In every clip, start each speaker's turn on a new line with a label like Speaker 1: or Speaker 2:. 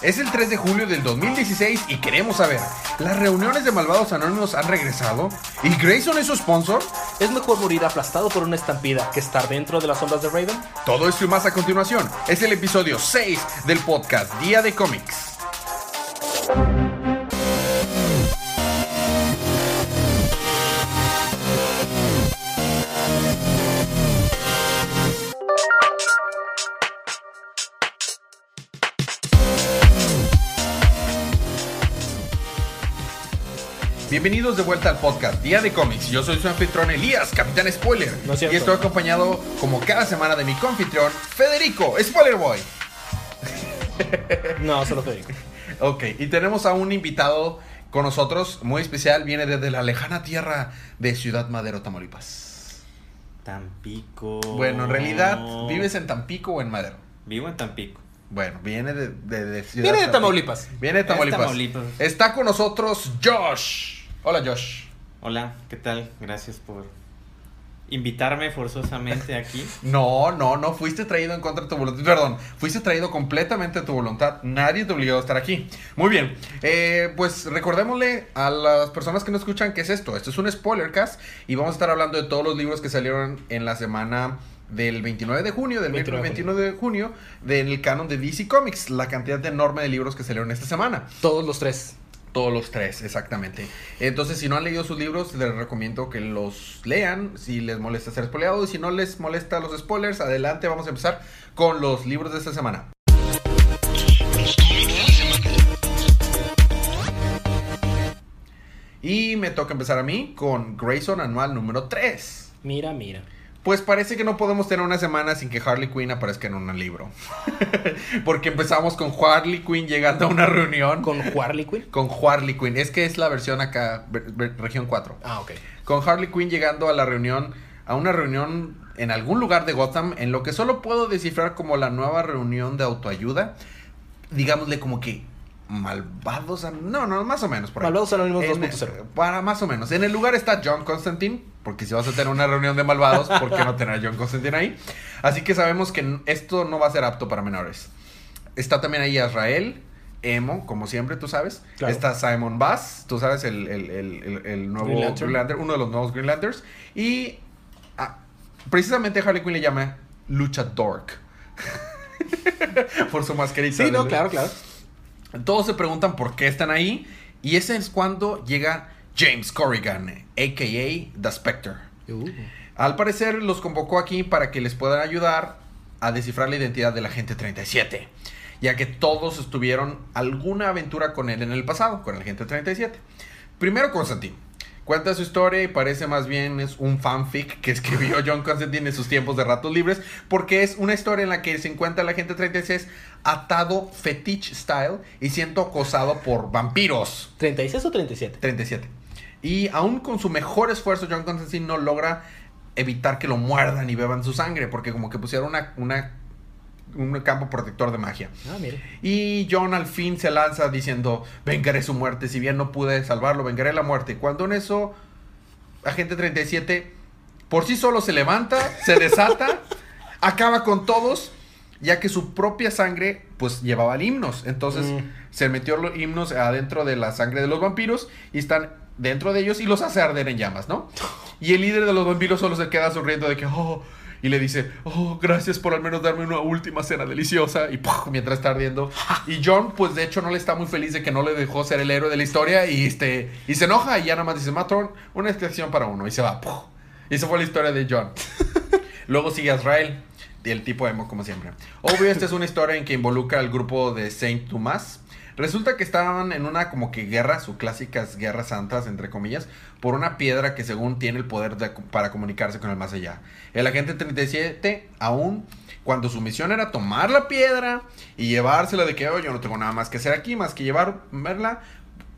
Speaker 1: Es el 3 de julio del 2016 y queremos saber, ¿las reuniones de Malvados Anónimos han regresado? ¿Y Grayson es su sponsor?
Speaker 2: ¿Es mejor morir aplastado por una estampida que estar dentro de las sombras de Raven?
Speaker 1: Todo esto y más a continuación. Es el episodio 6 del podcast Día de Cómics. Bienvenidos de vuelta al podcast Día de Cómics. Yo soy su anfitrión Elías, Capitán Spoiler.
Speaker 2: No es cierto.
Speaker 1: y estoy acompañado, como cada semana, de mi confitrión Federico, Spoiler Boy.
Speaker 2: No, solo Federico.
Speaker 1: Ok, y tenemos a un invitado con nosotros muy especial. Viene desde la lejana tierra de Ciudad Madero, Tamaulipas.
Speaker 3: Tampico.
Speaker 1: Bueno, en realidad, ¿vives en Tampico o en Madero?
Speaker 3: Vivo en Tampico.
Speaker 1: Bueno, viene de, de- de Ciudad
Speaker 2: Viene de
Speaker 1: Tampico.
Speaker 2: Tamaulipas.
Speaker 1: Viene de
Speaker 3: Es
Speaker 1: Tamaulipas.
Speaker 3: Tamaulipas.
Speaker 1: Está con nosotros Josh. Hola, Josh.
Speaker 3: Hola, ¿qué tal? Gracias por invitarme forzosamente aquí.
Speaker 1: No, no, no fuiste traído en contra de tu voluntad. Perdón, fuiste traído completamente a tu voluntad. Nadie te obligó a estar aquí. Muy bien, eh, pues recordémosle a las personas que no escuchan qué es esto. Esto es un spoiler cast y vamos a estar hablando de todos los libros que salieron en la semana del 29 de junio, del
Speaker 2: 29
Speaker 1: 29,
Speaker 2: de junio.
Speaker 1: de junio, del canon de DC Comics, la cantidad enorme de libros que salieron esta semana.
Speaker 2: Todos los tres.
Speaker 1: Todos los tres, exactamente. Entonces, si no han leído sus libros, les recomiendo que los lean. Si les molesta ser spoileados y si no les molesta los spoilers, adelante, vamos a empezar con los libros de esta semana. Y me toca empezar a mí con Grayson Anual número 3.
Speaker 2: Mira, mira.
Speaker 1: Pues parece que no podemos tener una semana sin que Harley Quinn aparezca en un libro. Porque empezamos con Harley Quinn llegando a una reunión
Speaker 2: Con Harley Quinn.
Speaker 1: con Harley Quinn. Es que es la versión acá, ver- ver- región 4.
Speaker 2: Ah, ok.
Speaker 1: Con Harley Quinn llegando a la reunión, a una reunión en algún lugar de Gotham, en lo que solo puedo descifrar como la nueva reunión de autoayuda. Digámosle como que malvados. an- No, no, más o menos. Por ahí.
Speaker 2: Malvados Anónimos
Speaker 1: En-
Speaker 2: 2.0.
Speaker 1: Para más o menos. En el lugar está John Constantine, porque si vas a tener una reunión de malvados, ¿por qué no tener a John Constantine ahí? Así que sabemos que n- esto no va a ser apto para menores. Está también ahí Azrael, Emo, como siempre, tú sabes.
Speaker 2: Claro.
Speaker 1: Está Simon Bass, tú sabes, el, el- el- el- el nuevo
Speaker 2: Green Lantern.
Speaker 1: Green Lantern, uno de los nuevos Green Lanterns. Y ah, precisamente Harley Quinn le llama Lucha Dork. Por su mascarita.
Speaker 2: Sí, no,
Speaker 1: del-
Speaker 2: claro, claro.
Speaker 1: todos se preguntan por qué están ahí. Y ese es cuando llega James Corrigan, a.k.a. The Spectre.
Speaker 2: Uh.
Speaker 1: Al parecer los convocó aquí para que les puedan ayudar a descifrar la identidad de la gente 37. Ya que todos estuvieron alguna aventura con él en el pasado, con el agente 37. Primero Constantine. Cuenta su historia y parece más bien es un fanfic que escribió John Constantine en sus tiempos de ratos libres, porque es una historia en la que se encuentra la gente 36 atado fetiche style y siendo acosado por vampiros.
Speaker 2: ¿36 o 37?
Speaker 1: 37. Y aún con su mejor esfuerzo, John Constantine no logra evitar que lo muerdan y beban su sangre, porque como que pusieron una, una- un campo protector de magia.
Speaker 2: Ah, mire.
Speaker 1: Y John al fin se lanza diciendo, vengaré su muerte, si bien no pude salvarlo, vengaré la muerte. Cuando en eso, Agente 37 por sí solo se levanta, se desata, acaba con todos, ya que su propia sangre pues llevaba himnos. Entonces
Speaker 2: Mm.
Speaker 1: se metió los himnos adentro de la sangre de los vampiros y están dentro de ellos y los hace arder en llamas, ¿no? Y el líder de los vampiros solo se queda sonriendo de que, oh, y le dice, oh, gracias por al menos darme una última cena deliciosa. Y ¡puf! mientras está ardiendo. Y John, pues de hecho, no le está muy feliz de que no le dejó ser el héroe de la historia. Y, este, y se enoja y ya nada más dice, Matron, una excepción para uno. Y se va. ¡puf! Y esa fue la historia de John. Luego sigue Azrael, el tipo emo como siempre. Obvio, esta es una historia en que involucra al grupo de Saint Thomas. Resulta que estaban en una como que guerra, sus clásicas guerras santas, entre comillas, por una piedra que según tiene el poder de- para comunicarse con el más allá. El agente 37, aún cuando su misión era tomar la piedra y llevársela de que, "Oh, yo no tengo nada más que hacer aquí, más que llevarla,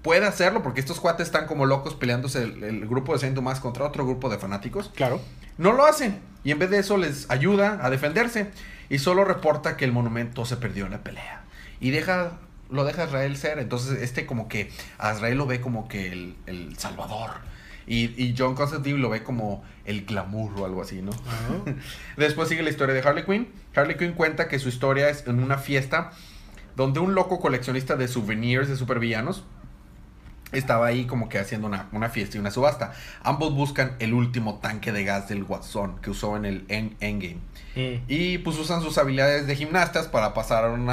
Speaker 1: puede hacerlo porque estos cuates están como locos peleándose el, el grupo de Saint Thomas contra otro grupo de fanáticos.
Speaker 2: Claro.
Speaker 1: No lo hacen. Y en vez de eso les ayuda a defenderse. Y solo reporta que el monumento se perdió en la pelea. Y deja, lo deja a Israel ser. Entonces este como que a Israel lo ve como que el, el salvador. Y, y John Constantine lo ve como el glamour o algo así, ¿no?
Speaker 2: Ah.
Speaker 1: Después sigue la historia de Harley Quinn. Harley Quinn cuenta que su historia es en una fiesta donde un loco coleccionista de souvenirs de supervillanos estaba ahí como que haciendo una, una fiesta y una subasta. Ambos buscan el último tanque de gas del Watson que usó en el End- Endgame.
Speaker 2: Mm.
Speaker 1: Y pues usan sus habilidades de gimnastas para pasar a un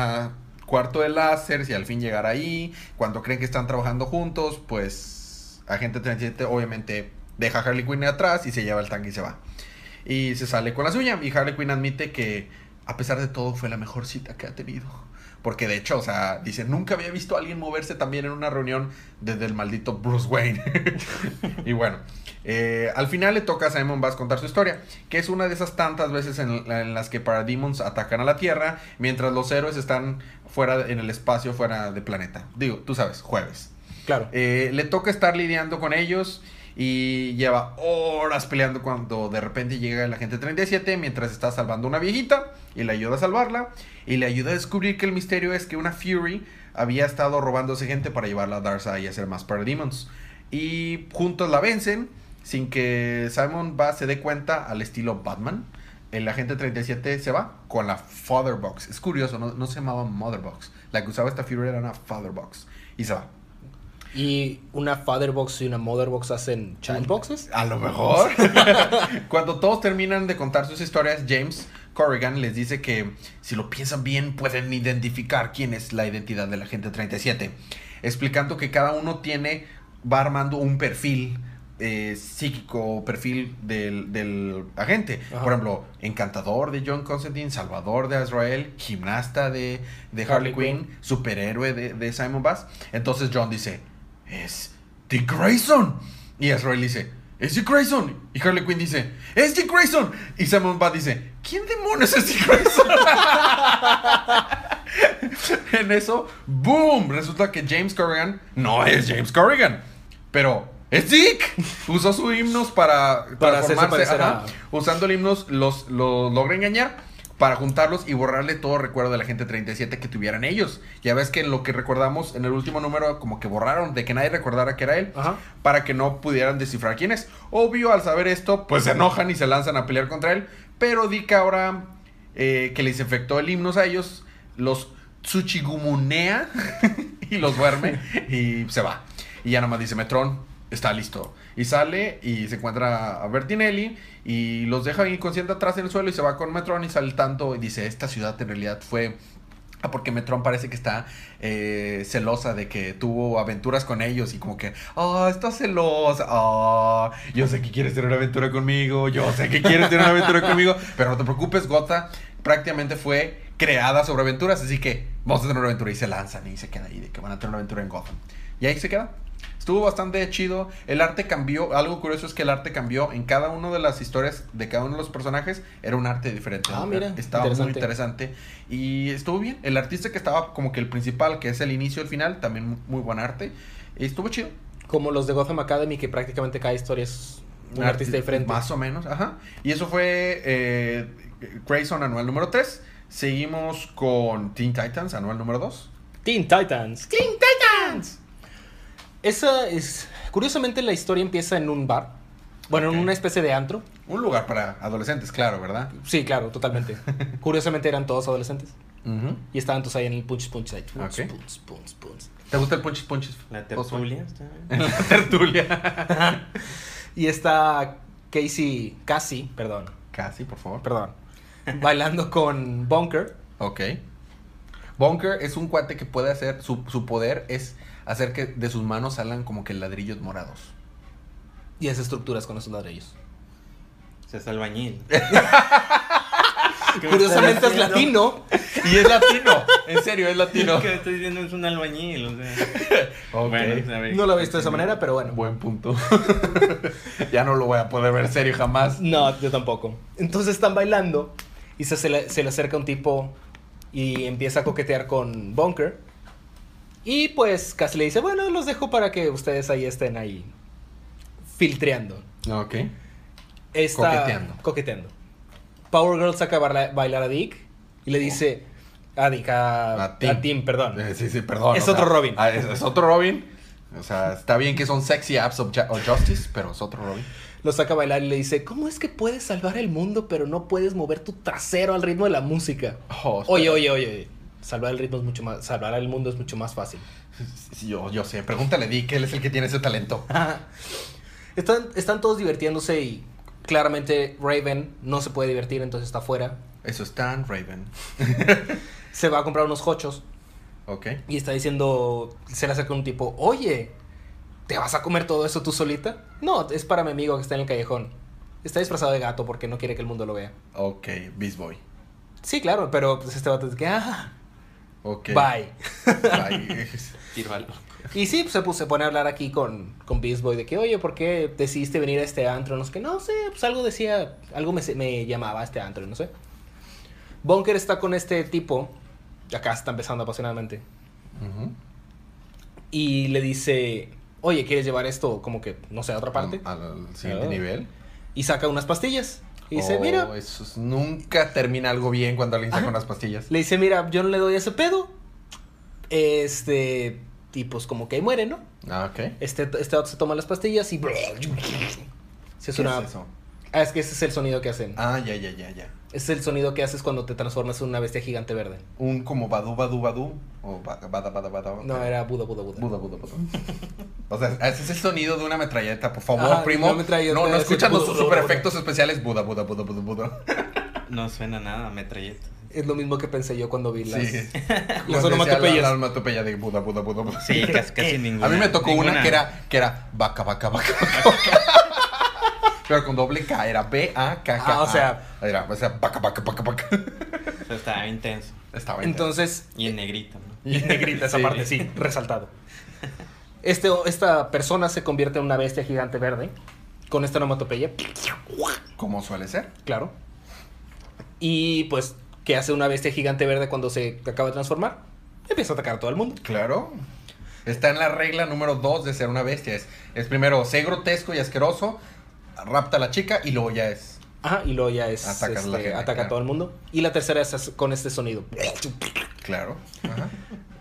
Speaker 1: cuarto de láseres y al fin llegar ahí. Cuando creen que están trabajando juntos, pues Agente 37 obviamente deja a Harley Quinn atrás y se lleva el tanque y se va. Y se sale con la suya. Y Harley Quinn admite que a pesar de todo fue la mejor cita que ha tenido. Porque de hecho, o sea, dice, nunca había visto a alguien moverse tan bien en una reunión desde el maldito Bruce Wayne. y bueno, eh, al final le toca a Simon Bass contar su historia, que es una de esas tantas veces en, la- en las que Parademons atacan a la Tierra, mientras los héroes están fuera, de- en el espacio, fuera de planeta. Digo, tú sabes, jueves.
Speaker 2: Claro.
Speaker 1: Eh, le toca estar lidiando con ellos y lleva horas peleando cuando de repente llega el agente 37 mientras está salvando a una viejita y le ayuda a salvarla y le ayuda a descubrir que el misterio es que una Fury había estado robándose gente para llevarla a Darkseid y hacer más Parademons. Y juntos la vencen sin que Simon va se dé cuenta al estilo Batman. El agente 37 se va con la Father Box. Es curioso, no, no se llamaba Mother Box. La que usaba esta Fury era una Father Box. Y se va.
Speaker 2: Y una father box y una mother box hacen child boxes.
Speaker 1: A lo mejor. Cuando todos terminan de contar sus historias, James Corrigan les dice que si lo piensan bien pueden identificar quién es la identidad de la gente 37, explicando que cada uno tiene, va armando un perfil eh, psíquico, perfil del, del agente.
Speaker 2: Ajá.
Speaker 1: Por ejemplo, encantador de John Constantine, salvador de Azrael, gimnasta de, de Harley,
Speaker 2: Harley
Speaker 1: Quinn, superhéroe de, de Simon Bass. Entonces John dice, es Dick Grayson. Y Azrael dice, es Dick Grayson. Y Harley Quinn dice, es Dick Grayson. Y Simon Bass dice, ¿quién demonios es Dick Grayson? en eso, ¡boom! Resulta que James Corrigan no es James Corrigan, pero es Dick. Usó sus himnos para,
Speaker 2: Para hacerse
Speaker 1: transformarse,
Speaker 2: parecer
Speaker 1: ajá.
Speaker 2: a-
Speaker 1: Usando el himnos los, los logra engañar para juntarlos y borrarle todo recuerdo de la gente 37 que tuvieran ellos. Ya ves que lo que recordamos en el último número como que borraron de que nadie recordara que era él
Speaker 2: Ajá.
Speaker 1: para que no pudieran descifrar quién es. Obvio, al saber esto, pues se enojan y se lanzan a pelear contra él. Pero Dick ahora eh, que les infectó el himnos a ellos, los tsuchigumunea y los duerme y se va. Y ya nada más dice, Metrón, está listo. Y sale y se encuentra a Bertinelli y los deja inconsciente atrás en el suelo y se va con Metrón y saltando y dice, esta ciudad en realidad fue... Ah, porque Metron parece que está eh, celosa de que tuvo aventuras con ellos y como que, ah, está celosa, ah, yo sé que quieres tener una aventura conmigo, yo sé que quieres tener una aventura conmigo, pero no te preocupes, Gota prácticamente fue creada sobre aventuras, así que vamos a tener una aventura y se lanzan y se queda ahí, de que van a tener una aventura en Gotham. Y ahí se queda. Estuvo bastante chido. El arte cambió. Algo curioso es que el arte cambió. En cada una de las historias de cada uno de los personajes era un arte diferente.
Speaker 2: Ah, mira,
Speaker 1: Estaba muy
Speaker 2: interesante.
Speaker 1: interesante. Y estuvo bien. El artista que estaba como que el principal, que es el inicio, el final, también mu- muy buen arte. Y estuvo chido.
Speaker 2: Como los de Gotham Academy, que prácticamente cada historia es un
Speaker 1: Arti-
Speaker 2: artista diferente.
Speaker 1: Más o menos, ajá. Y eso fue eh, Grayson anual número 3. Seguimos con Teen Titans anual número 2.
Speaker 2: Teen Titans. Teen Titans. Esa es. Curiosamente, la historia empieza en un bar. Bueno,
Speaker 1: Ok.
Speaker 2: en una especie de antro.
Speaker 1: Un lugar para adolescentes, claro, ¿verdad?
Speaker 2: Sí, claro, totalmente. Curiosamente eran todos adolescentes. Y estaban todos ahí en el punch punch. Ahí. Punch,
Speaker 1: Ok.
Speaker 2: punch, punch, punch.
Speaker 1: ¿Te gusta el Punches Punches?
Speaker 3: La
Speaker 1: Oswald?
Speaker 3: tertulia. está bien.
Speaker 1: La tertulia.
Speaker 2: Y está Casey, Cassie, perdón,
Speaker 1: Casi, por favor.
Speaker 2: perdón, bailando con Bunker.
Speaker 1: Ok. Bunker es un cuate que puede hacer, su, su poder es hacer que de sus manos salgan como que ladrillos morados.
Speaker 2: Y hace estructuras con esos ladrillos.
Speaker 3: O sea, es albañil.
Speaker 2: Curiosamente es latino.
Speaker 1: Y es latino, en serio, es latino.
Speaker 3: Lo que estoy diciendo es un albañil, o sea.
Speaker 1: Ok.
Speaker 3: Bueno, a ver.
Speaker 2: No lo he visto de esa manera, pero bueno.
Speaker 1: Buen punto. ya no lo voy a poder ver serio jamás.
Speaker 2: No, yo tampoco. Entonces están bailando y se, se le, se le acerca un tipo y empieza a coquetear con Bunker. Y pues Cassie le dice, bueno, los dejo para que ustedes ahí estén ahí filtreando.
Speaker 1: Ok.
Speaker 2: Esta-
Speaker 1: Coqueteando.
Speaker 2: coqueteando. Power Girl saca a barla- bailar a Dick y le dice a Dick, a,
Speaker 1: A Tim.
Speaker 2: a Tim, perdón.
Speaker 1: Eh, Sí, sí, perdón.
Speaker 2: Es
Speaker 1: o sea,
Speaker 2: otro Robin.
Speaker 1: ah, Es, es otro Robin. O sea, está bien que son sexy apps of, ju- of justice, pero es otro Robin.
Speaker 2: Lo saca a bailar y le dice, ¿cómo es que puedes salvar el mundo pero no puedes mover tu trasero al ritmo de la música?
Speaker 1: Oh, espera.
Speaker 2: Oye, oye, oye, oye. salvar el ritmo es mucho más, salvar al mundo es mucho más fácil.
Speaker 1: Sí, Yo, yo sé, pregúntale a Dick, que él es el que tiene ese talento.
Speaker 2: están, están todos divirtiéndose y claramente Raven no se puede divertir, entonces está fuera.
Speaker 1: Eso es tan Raven.
Speaker 2: Se va a comprar unos hochos
Speaker 1: Ok.
Speaker 2: y está diciendo, se le acerca un tipo, oye, ¿te vas a comer todo eso tú solita? No, es para mi amigo que está en el callejón. Está disfrazado de gato porque no quiere que el mundo lo vea.
Speaker 1: Ok, Beast Boy.
Speaker 2: Sí, claro, pero pues este vato es que, ah,
Speaker 1: Ok.
Speaker 2: bye.
Speaker 1: Bye.
Speaker 3: Tiro al-
Speaker 2: Y sí, pues, se, puso- se pone a hablar aquí con, con Beast Boy de que, oye, ¿por qué decidiste venir a este antro? No sé, qué. no sé, pues algo decía, algo me, me llamaba a este antro, no sé. Bunker está con este tipo, y acá está empezando apasionadamente,
Speaker 1: Ujú.
Speaker 2: y le dice, oye, ¿quieres llevar esto como que, no sé, a otra parte?
Speaker 1: Al, al siguiente
Speaker 2: Ah.
Speaker 1: nivel.
Speaker 2: Y saca unas pastillas. Y dice,
Speaker 1: Oh,
Speaker 2: mira,
Speaker 1: eso es- nunca termina algo bien cuando alguien saca
Speaker 2: Ajá.
Speaker 1: unas pastillas.
Speaker 2: le dice, mira, yo no le doy ese pedo. Este, y pues como que ahí muere, ¿no?
Speaker 1: Ah, ok.
Speaker 2: Este, este vato se toma las pastillas y... Se
Speaker 1: ¿Qué
Speaker 2: suena...
Speaker 1: es eso?
Speaker 2: Ah, es que ese es el sonido que hacen.
Speaker 1: Ah, ya, ya, ya, ya.
Speaker 2: Es el sonido que haces cuando te transformas en una bestia gigante verde.
Speaker 1: Un como Badu Badu Badu. O ba- Bada Bada Bada.
Speaker 2: No, era Buda, Buda, Buda.
Speaker 1: Buda Buda Buda. O sea, ese es el sonido de una metralleta, por favor,
Speaker 2: Ajá,
Speaker 1: primo.
Speaker 2: una metralleta
Speaker 1: no, no
Speaker 2: hace
Speaker 1: escuchan los
Speaker 2: Buda, Buda,
Speaker 1: super
Speaker 2: Buda.
Speaker 1: efectos especiales. Buda Buda Buda Buda Buda.
Speaker 3: No suena nada, metralleta.
Speaker 2: Es lo mismo que pensé yo cuando vi las,
Speaker 1: Sí. Cuando
Speaker 2: las
Speaker 1: decía
Speaker 2: onomatopeyas.
Speaker 1: La, la onomatopeya de Buda Buda Buda. Buda.
Speaker 3: Sí, eh, casi, casi ninguna.
Speaker 1: A mí me tocó una
Speaker 3: ninguna.
Speaker 1: que era, que era vaca, vaca, vaca. Pero con doble K, era B-A-K-K.
Speaker 2: Ah, o sea.
Speaker 1: Era, o sea, vaca, vaca, vaca, vaca.
Speaker 3: O sea, estaba intenso.
Speaker 1: Estaba
Speaker 2: Entonces,
Speaker 3: Y en negrito, ¿no?
Speaker 2: y negrita esa parte, sí, resaltado. Este, esta persona se convierte en una bestia gigante verde con esta onomatopeya,
Speaker 1: intenso. Como suele ser.
Speaker 2: claro. Y pues, ¿qué hace una bestia gigante verde cuando se acaba de transformar? Empieza a atacar a todo el mundo.
Speaker 1: Claro. Está en la regla número dos de ser una bestia. Es, es primero, sé grotesco y asqueroso, rapta a la chica y luego ya es.
Speaker 2: Ajá, y luego ya es.
Speaker 1: Atacas a la
Speaker 2: este,
Speaker 1: gente,
Speaker 2: ataca a
Speaker 1: claro.
Speaker 2: todo el mundo. Y la tercera es as- con este sonido.
Speaker 1: Claro. Ajá.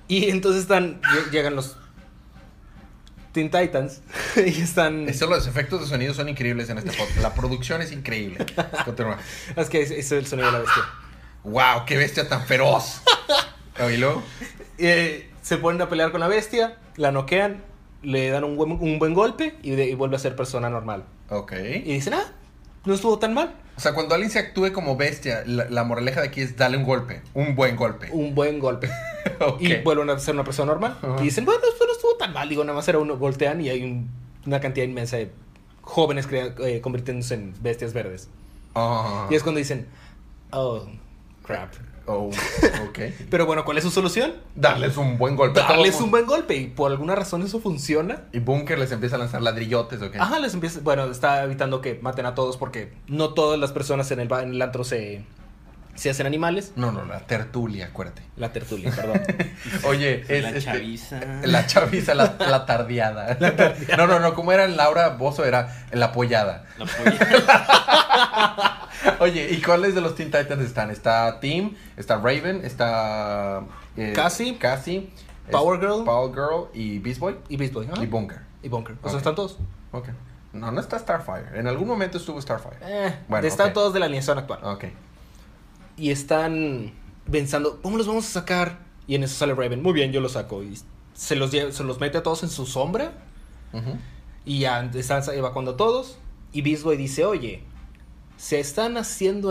Speaker 2: Y entonces están. lle- Llegan los Teen Titans. Y están.
Speaker 1: Eso, los efectos de sonido son increíbles en este podcast. La producción es increíble. Continúa.
Speaker 2: Es que es, es el sonido de la bestia.
Speaker 1: ¡Wow! ¡Qué bestia tan feroz! ¿Y luego?
Speaker 2: Eh, se ponen a pelear con la bestia. La noquean. Le dan un buen, un buen golpe. Y, de- y vuelve a ser persona normal.
Speaker 1: Ok.
Speaker 2: Y dicen, ah, no estuvo tan mal.
Speaker 1: O sea, cuando alguien se actúe como bestia, la, la moraleja de aquí es dale un golpe, un buen golpe.
Speaker 2: Un buen golpe.
Speaker 1: Ok.
Speaker 2: Uh, Y vuelven a ser una persona normal.
Speaker 1: Ajá.
Speaker 2: Y dicen, bueno, esto no estuvo tan mal. Digo, nada más era uno. Voltean y hay un- una cantidad inmensa de jóvenes crea- eh, convirtiéndose en bestias verdes.
Speaker 1: Ah,
Speaker 2: Y es cuando dicen, oh, crap.
Speaker 1: oh, ok.
Speaker 2: Pero bueno, ¿cuál es su solución?
Speaker 1: Darles un buen golpe. a todo
Speaker 2: Darles
Speaker 1: mundo.
Speaker 2: un buen golpe. Y por alguna razón eso funciona.
Speaker 1: Y Bunker les empieza a lanzar ladrillotes, ok.
Speaker 2: Ajá, les empieza. Bueno, está evitando que maten a todos porque no todas las personas en el, ba- en el antro se, se hacen animales.
Speaker 1: No, no, la tertulia, acuérdate.
Speaker 2: La tertulia, perdón.
Speaker 1: Oye, es,
Speaker 3: la
Speaker 1: este,
Speaker 3: chaviza.
Speaker 1: La chaviza, la, la tardeada. No, no, no, como era Laura Bozo, era la apoyada.
Speaker 3: La polla.
Speaker 1: Oye, ¿y cuáles de los Teen Titans están? Está Tim, está Raven, está... eh,
Speaker 2: Cassie.
Speaker 1: Cassie. es-
Speaker 2: Power Girl.
Speaker 1: Power Girl y Beast Boy.
Speaker 2: y Beast Boy, ajá.
Speaker 1: Y Bunker.
Speaker 2: Y Bunker. O
Speaker 1: Ok.
Speaker 2: sea, están todos.
Speaker 1: Ok. No, no está Starfire. En algún momento estuvo Starfire.
Speaker 2: Eh,
Speaker 1: Bueno,
Speaker 2: están
Speaker 1: ok.
Speaker 2: todos de la alineación actual.
Speaker 1: Ok.
Speaker 2: Y están pensando, ¿cómo los vamos a sacar? Y en eso sale Raven. Muy bien, yo los saco. Y se los, lle- se los mete a todos en su sombra.
Speaker 1: Ujú.
Speaker 2: Y ya están evacuando a todos. Y Beast Boy dice, oye, se están haciendo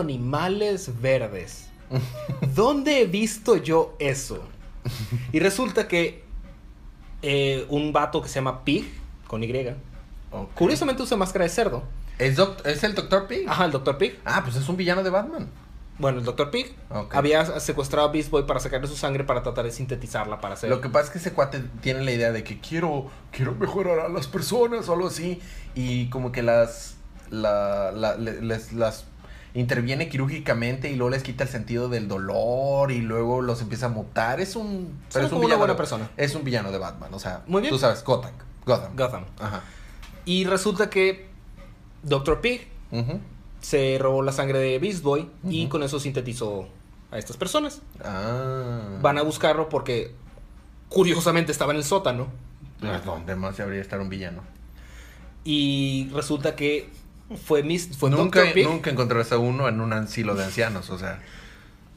Speaker 2: animales verdes. ¿Dónde he visto yo eso? Y resulta que eh, un vato que se llama Pig, con Y,
Speaker 1: Ok.
Speaker 2: curiosamente usa máscara de cerdo.
Speaker 1: ¿Es, doc- ¿Es el Doctor Pig?
Speaker 2: Ajá, el Dr. Pig.
Speaker 1: Ah, pues es un villano de Batman.
Speaker 2: Bueno, el Dr. Pig
Speaker 1: Ok.
Speaker 2: había secuestrado a Beast Boy para sacarle su sangre para tratar de sintetizarla para hacer...
Speaker 1: Lo que pasa es que ese cuate tiene la idea de que quiero, quiero mejorar a las personas o algo así. Y como que las. la- la- le- les, las interviene quirúrgicamente y luego les quita el sentido del dolor y luego los empieza a mutar. Es un.
Speaker 2: Suena
Speaker 1: es un
Speaker 2: como una buena
Speaker 1: de-
Speaker 2: persona.
Speaker 1: Es un villano de Batman. O sea,
Speaker 2: Muy bien.
Speaker 1: tú sabes, Gotham. Gotham.
Speaker 2: Gotham.
Speaker 1: Ajá.
Speaker 2: Y resulta que Dr. Pig
Speaker 1: Ujú.
Speaker 2: se robó la sangre de Beast Boy y
Speaker 1: Ujú.
Speaker 2: con eso sintetizó a estas personas.
Speaker 1: Ah.
Speaker 2: Van a buscarlo porque curiosamente estaba en el sótano
Speaker 1: Pues, ¿Dónde más debería estar un villano?
Speaker 2: y resulta que fue Miss fue
Speaker 1: nunca,
Speaker 2: Dr. Pig.
Speaker 1: nunca encontrarás a uno en un asilo de ancianos, o sea.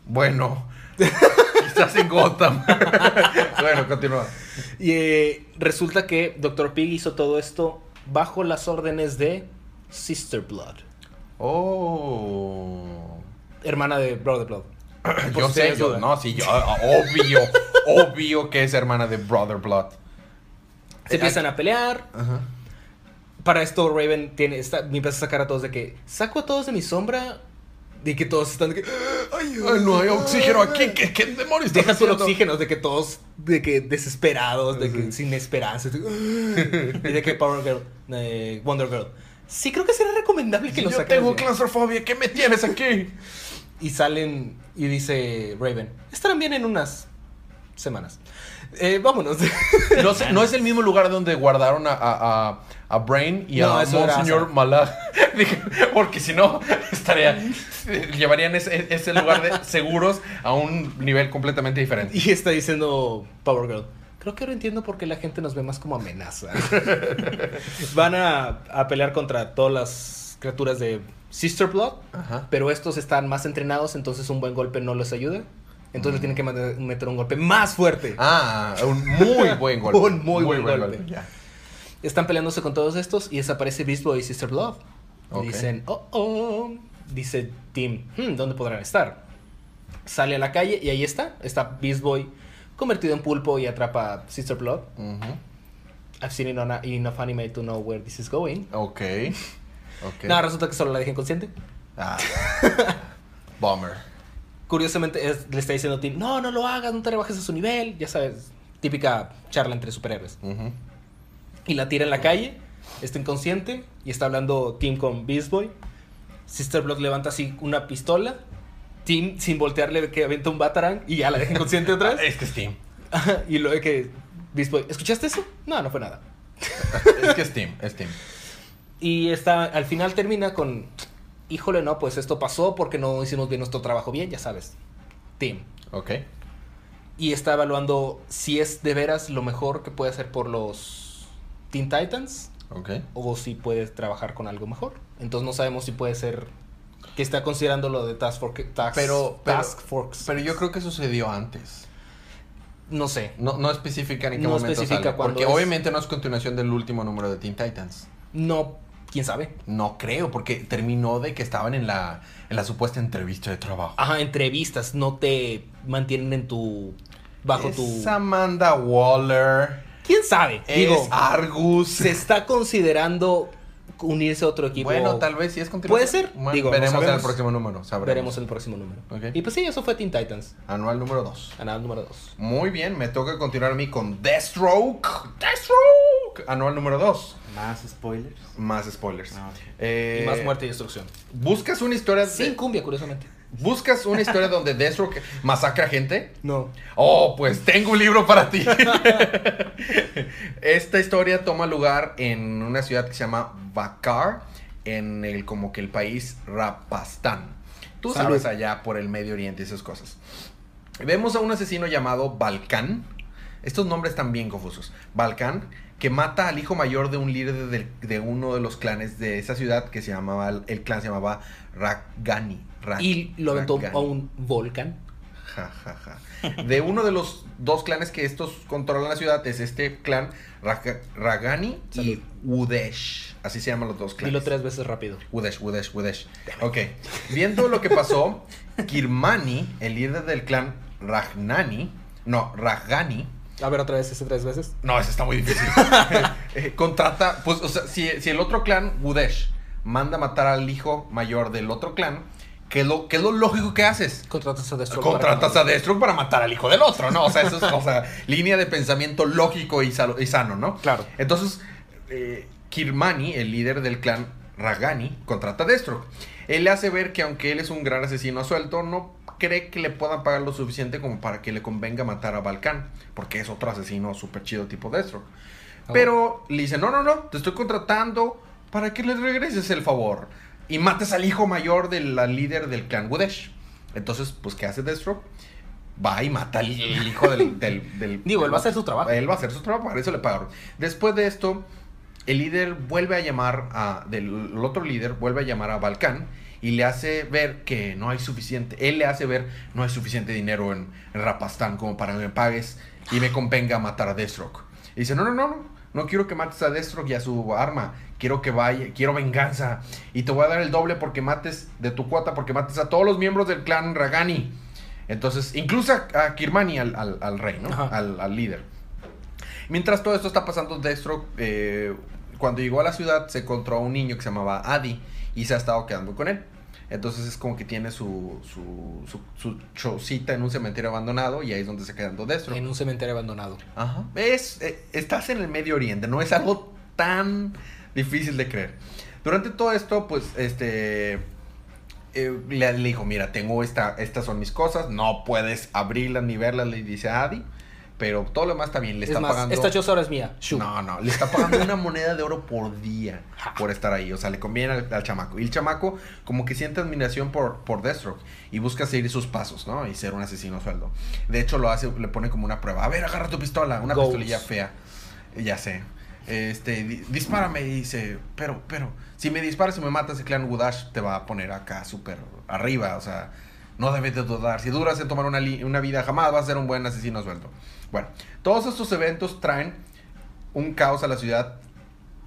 Speaker 1: Bueno. Estás en Gotham. bueno, continúa.
Speaker 2: Y eh, resulta que Dr. Pig hizo todo esto bajo las órdenes de Sister Blood,
Speaker 1: Oh.
Speaker 2: hermana de Brother Blood.
Speaker 1: Yo
Speaker 2: Por si
Speaker 1: sé,
Speaker 2: hay
Speaker 1: yo,
Speaker 2: duda.
Speaker 1: no, sí, yo, obvio, obvio que es hermana de Brother Blood. Eh,
Speaker 2: Se
Speaker 1: ah.
Speaker 2: empiezan a pelear.
Speaker 1: Ajá.
Speaker 2: Para esto Raven tiene está, me empieza a sacar a todos de que saco a todos de mi sombra y que todos están de que
Speaker 1: Ay, no hay oxígeno aquí. ¿Qué, qué demonios? estás
Speaker 2: deja todo el
Speaker 1: haciendo?
Speaker 2: oxígeno de que todos de que desesperados, de que sin esperanza de que- y de que Power Girl, eh, Wonder Girl. Sí creo que sería recomendable que
Speaker 1: Si
Speaker 2: lo
Speaker 1: yo
Speaker 2: saquen.
Speaker 1: tengo claustrofobia. ¿Qué me tienes aquí?
Speaker 2: Y salen y dice Raven, estarán bien en unas semanas. Eh, vámonos.
Speaker 1: No, sé, no es el mismo lugar donde guardaron a, a, a- a Brain y
Speaker 2: No,
Speaker 1: a
Speaker 2: eso era
Speaker 1: Monseñor
Speaker 2: Asa.
Speaker 1: Malaj. Dije, Porque si no, estaría. Llevarían ese, ese lugar de seguros a un nivel completamente diferente.
Speaker 2: y está diciendo Power Girl. Creo que ahora entiendo por qué la gente nos ve más como amenaza. Van a, a pelear contra todas las criaturas de Sister Blood,
Speaker 1: Ajá.
Speaker 2: pero estos están más entrenados, entonces un buen golpe no les ayuda. Entonces le tienen que mande- meter un golpe más fuerte.
Speaker 1: Ah, un muy buen golpe.
Speaker 2: Un muy buen golpe.
Speaker 1: Ya.
Speaker 2: Están peleándose con todos estos y desaparece Beast Boy y Sister Blood. Y
Speaker 1: Ok.
Speaker 2: Dicen, oh, oh. Dice Tim, "Hmm, ¿dónde podrán estar? Sale a la calle y ahí está. Está Beast Boy convertido en pulpo y atrapa a Sister Blood.
Speaker 1: Ujú.
Speaker 2: I've seen it on a- enough anime to know where this is going.
Speaker 1: Ok. Ok.
Speaker 2: Nada, resulta que solo la dejé inconsciente.
Speaker 1: Ah. Bummer.
Speaker 2: Curiosamente es- le está diciendo a Tim, no, no lo hagas, no te rebajes a su nivel. Ya sabes, típica charla entre superhéroes.
Speaker 1: Ujú.
Speaker 2: Y la tira en la calle, está inconsciente y está hablando Tim con Beast Boy. Sister Blood levanta así una pistola. Tim, sin voltearle, ve que aventa un batarang y ya la deja inconsciente otra
Speaker 1: Ah,
Speaker 2: vez.
Speaker 1: Es que es Steam.
Speaker 2: y luego que Beast Boy, ¿escuchaste eso? No, no fue nada.
Speaker 1: Es que es Steam. Es Steam.
Speaker 2: Y está, al final termina con, híjole, no, pues esto pasó porque no hicimos bien nuestro trabajo bien, ya sabes. Tim.
Speaker 1: Ok.
Speaker 2: Y está evaluando si es de veras lo mejor que puede hacer por los Teen Titans
Speaker 1: Ok.
Speaker 2: o si puede trabajar con algo mejor. Entonces no sabemos si puede ser que está considerando lo de Task Force. Task,
Speaker 1: Pero- pero-
Speaker 2: Task Force.
Speaker 1: Pero yo creo que sucedió antes.
Speaker 2: no sé.
Speaker 1: No, no especifican en qué
Speaker 2: No
Speaker 1: momento
Speaker 2: especifica
Speaker 1: sale,
Speaker 2: cuándo
Speaker 1: Porque
Speaker 2: es.
Speaker 1: obviamente no es continuación del último número de Teen Titans.
Speaker 2: No, quién sabe.
Speaker 1: No creo, porque terminó de que estaban en la, en la supuesta entrevista de trabajo.
Speaker 2: Ajá, entrevistas no te mantienen en tu. bajo
Speaker 1: es
Speaker 2: tu.
Speaker 1: Amanda Waller.
Speaker 2: ¿Quién sabe?
Speaker 1: es Argus.
Speaker 2: se está considerando unirse a otro equipo.
Speaker 1: Bueno, tal vez sí es continuación.
Speaker 2: Puede ser.
Speaker 1: Bueno,
Speaker 2: Digo, no
Speaker 1: veremos en el
Speaker 2: sabemos.
Speaker 1: próximo número. sabremos.
Speaker 2: Veremos el próximo número.
Speaker 1: Ok.
Speaker 2: Y pues sí, eso fue Teen Titans.
Speaker 1: Anual número 2.
Speaker 2: Canal número 2.
Speaker 1: Muy bien, me toca continuar a mí con Deathstroke. Deathstroke. Anual número 2.
Speaker 3: Más spoilers.
Speaker 1: Más spoilers.
Speaker 3: Ah, ok.
Speaker 1: Eh,
Speaker 2: y más muerte y destrucción.
Speaker 1: Buscas una historia. de-
Speaker 2: Sin cumbia, curiosamente.
Speaker 1: buscas una historia donde Deathstroke masacra gente.
Speaker 2: No.
Speaker 1: Oh, pues tengo un libro para ti. Esta historia toma lugar en una ciudad que se llama Bakar, en el como que el país Rapastán. Tú
Speaker 2: Salud.
Speaker 1: sabes allá por el Medio Oriente y esas cosas. Vemos a un asesino llamado Balcán. Estos nombres están bien confusos. Balcán, que mata al hijo mayor de un líder del- de, uno de los clanes de esa ciudad que se llamaba, el clan se llamaba Ragani. Ra-
Speaker 2: Y lo aventó
Speaker 1: Ragani.
Speaker 2: a un volcán.
Speaker 1: Ja, ja, ja. De uno de los dos clanes que estos controlan la ciudad es este clan Raga- Ragani
Speaker 2: Salud.
Speaker 1: y Udesh. Así se llaman los dos clanes.
Speaker 2: Dilo tres veces rápido.
Speaker 1: Udesh, Udesh, Udesh. Ok. Viendo lo que pasó, Kirmani, el líder del clan Ragnani, no, Ragani,
Speaker 2: A ver otra vez ese tres veces.
Speaker 1: no, ese está muy difícil. Eh, contrata, pues, o sea, si, si el otro clan, Udesh, manda a matar al hijo mayor del otro clan, ¿qué es lo, qué es lo lógico que haces?
Speaker 2: Contratas a Destructor.
Speaker 1: Contratas a Deathstroke para matar al hijo del otro, ¿no? O sea, eso es cosa, línea de pensamiento lógico y, salo- y sano, ¿no?
Speaker 2: Claro.
Speaker 1: Entonces, eh, Kirmani, el líder del clan Ragani, contrata a Deathstroke. Él le hace ver que aunque él es un gran asesino a suelto, no cree que le puedan pagar lo suficiente como para que le convenga matar a Balkan, porque es otro asesino súper chido tipo Deathstroke.
Speaker 2: Ah,
Speaker 1: Pero le dice, no, no, no, te estoy contratando para que le regreses el favor. Y mates al hijo mayor de la líder del clan Gudesh. Entonces, pues, ¿qué hace Deathstroke? Va y mata al el hijo del... del- del-
Speaker 2: Digo, él va a hacer su trabajo.
Speaker 1: Él va a hacer su trabajo, para eso le pagaron. Después de esto, el líder vuelve a llamar a... del el otro líder vuelve a llamar a Balcán y le hace ver que no hay suficiente, él le hace ver no hay suficiente dinero en, en Rapastán como para que me pagues y me convenga matar a Deathstroke. Y dice, no, no, no, no. No quiero que mates a Deathstroke y a su arma. Quiero que vaya, quiero venganza. Y te voy a dar el doble porque mates de tu cuota, porque mates a todos los miembros del clan Ragani. Entonces, incluso a, a Kirmani, al, al- al rey, ¿no?
Speaker 2: Ajá.
Speaker 1: Al, al líder. Mientras todo esto está pasando, Deathstroke, eh, cuando llegó a la ciudad, se encontró a un niño que se llamaba Adi y se ha estado quedando con él. Entonces es como que tiene su, su, su, su chocita en un cementerio abandonado y ahí es donde se quedando Deathstroke.
Speaker 2: En un cementerio abandonado.
Speaker 1: Ajá. Es, eh, estás en el Medio Oriente, no es algo tan difícil de creer. Durante todo esto, pues, este... eh, le, le dijo, mira, tengo esta, estas son mis cosas, no puedes abrirlas ni verlas, le dice a Adi. Pero todo lo demás está bien, le
Speaker 2: es
Speaker 1: está
Speaker 2: más,
Speaker 1: pagando...
Speaker 2: esta choza ahora es mía. Shoo.
Speaker 1: No, no, le está pagando una moneda de oro por día por estar ahí. O sea, le conviene al, al chamaco. Y el chamaco como que siente admiración por, por Deathstroke y busca seguir sus pasos, ¿no? Y ser un asesino a sueldo. De hecho, lo hace, le pone como una prueba. A ver, agarra tu pistola, una
Speaker 2: Goals.
Speaker 1: pistolilla fea. Ya sé. Este, di- dispárame y dice, pero, pero, si me disparas y me matas, el clan Gudash te va a poner acá súper arriba, o sea, no debes de dudar. Si duras en tomar una, li- una vida, jamás vas a ser un buen asesino a sueldo. Bueno, todos estos eventos traen un caos a la ciudad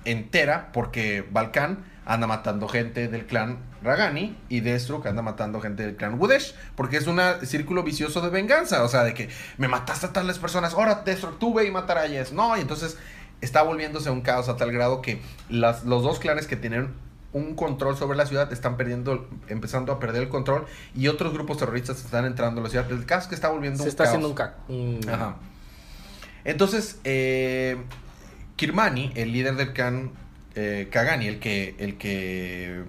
Speaker 1: entera porque Balkan anda matando gente del clan Ragani y Deathstroke anda matando gente del clan Gudesh porque es un círculo vicioso de venganza, o sea, de que me mataste a tales personas, ahora Deathstroke tú ve y matar a ellas, no, y entonces está volviéndose un caos a tal grado que las- los dos clanes que tienen un control sobre la ciudad están perdiendo, empezando a perder el control y otros grupos terroristas están entrando a la ciudad. El caso es que está volviendo
Speaker 2: Se
Speaker 1: un
Speaker 2: está
Speaker 1: caos.
Speaker 2: haciendo un cac. un-
Speaker 1: Ajá. Entonces, eh, Kirmani, el líder del Khan eh, Kagani, el que, el que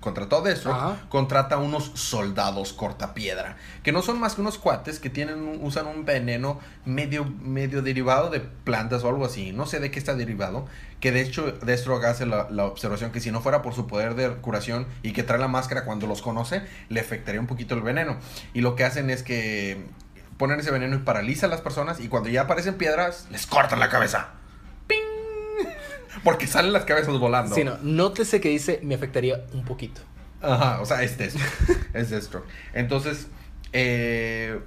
Speaker 1: contrató de eso,
Speaker 2: Ajá.
Speaker 1: contrata unos soldados cortapiedra, que no son más que unos cuates que tienen un- usan un veneno medio, medio derivado de plantas o algo así, no sé de qué está derivado, que de hecho Deathstroke hace la, la observación que si no fuera por su poder de curación y que trae la máscara cuando los conoce, le afectaría un poquito el veneno. Y lo que hacen es que ponen ese veneno y paraliza a las personas y cuando ya aparecen piedras, les cortan la cabeza. ¡Ping! Porque salen las cabezas volando.
Speaker 2: Sí, no. Nótese que dice, me afectaría un poquito.
Speaker 1: Ajá, o sea, es Deathstroke. es Deathstroke. Entonces, eh,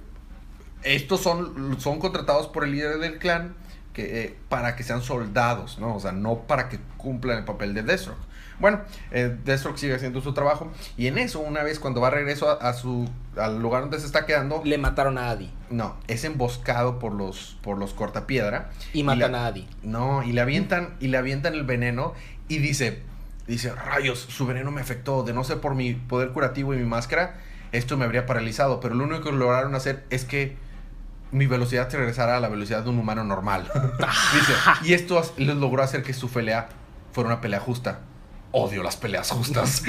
Speaker 1: estos son, son contratados por el líder del clan que, eh, para que sean soldados, ¿no? O sea, no para que cumplan el papel de Deathstroke. Bueno, eh, Deathstroke sigue haciendo su trabajo y en eso, una vez cuando va a regreso a, a su, al lugar donde se está quedando,
Speaker 2: Le mataron a Adi.
Speaker 1: no, es emboscado por los, por los cortapiedra.
Speaker 2: Y matan
Speaker 1: la-
Speaker 2: a Adi.
Speaker 1: No, y le avientan, y le avientan el veneno y dice, dice, rayos, su veneno me afectó, de no ser por mi poder curativo y mi máscara, esto me habría paralizado, pero lo único que lograron hacer es que mi velocidad se regresara a la velocidad de un humano normal. dice, y esto as- les logró hacer que su pelea fuera una pelea justa. Odio las peleas justas.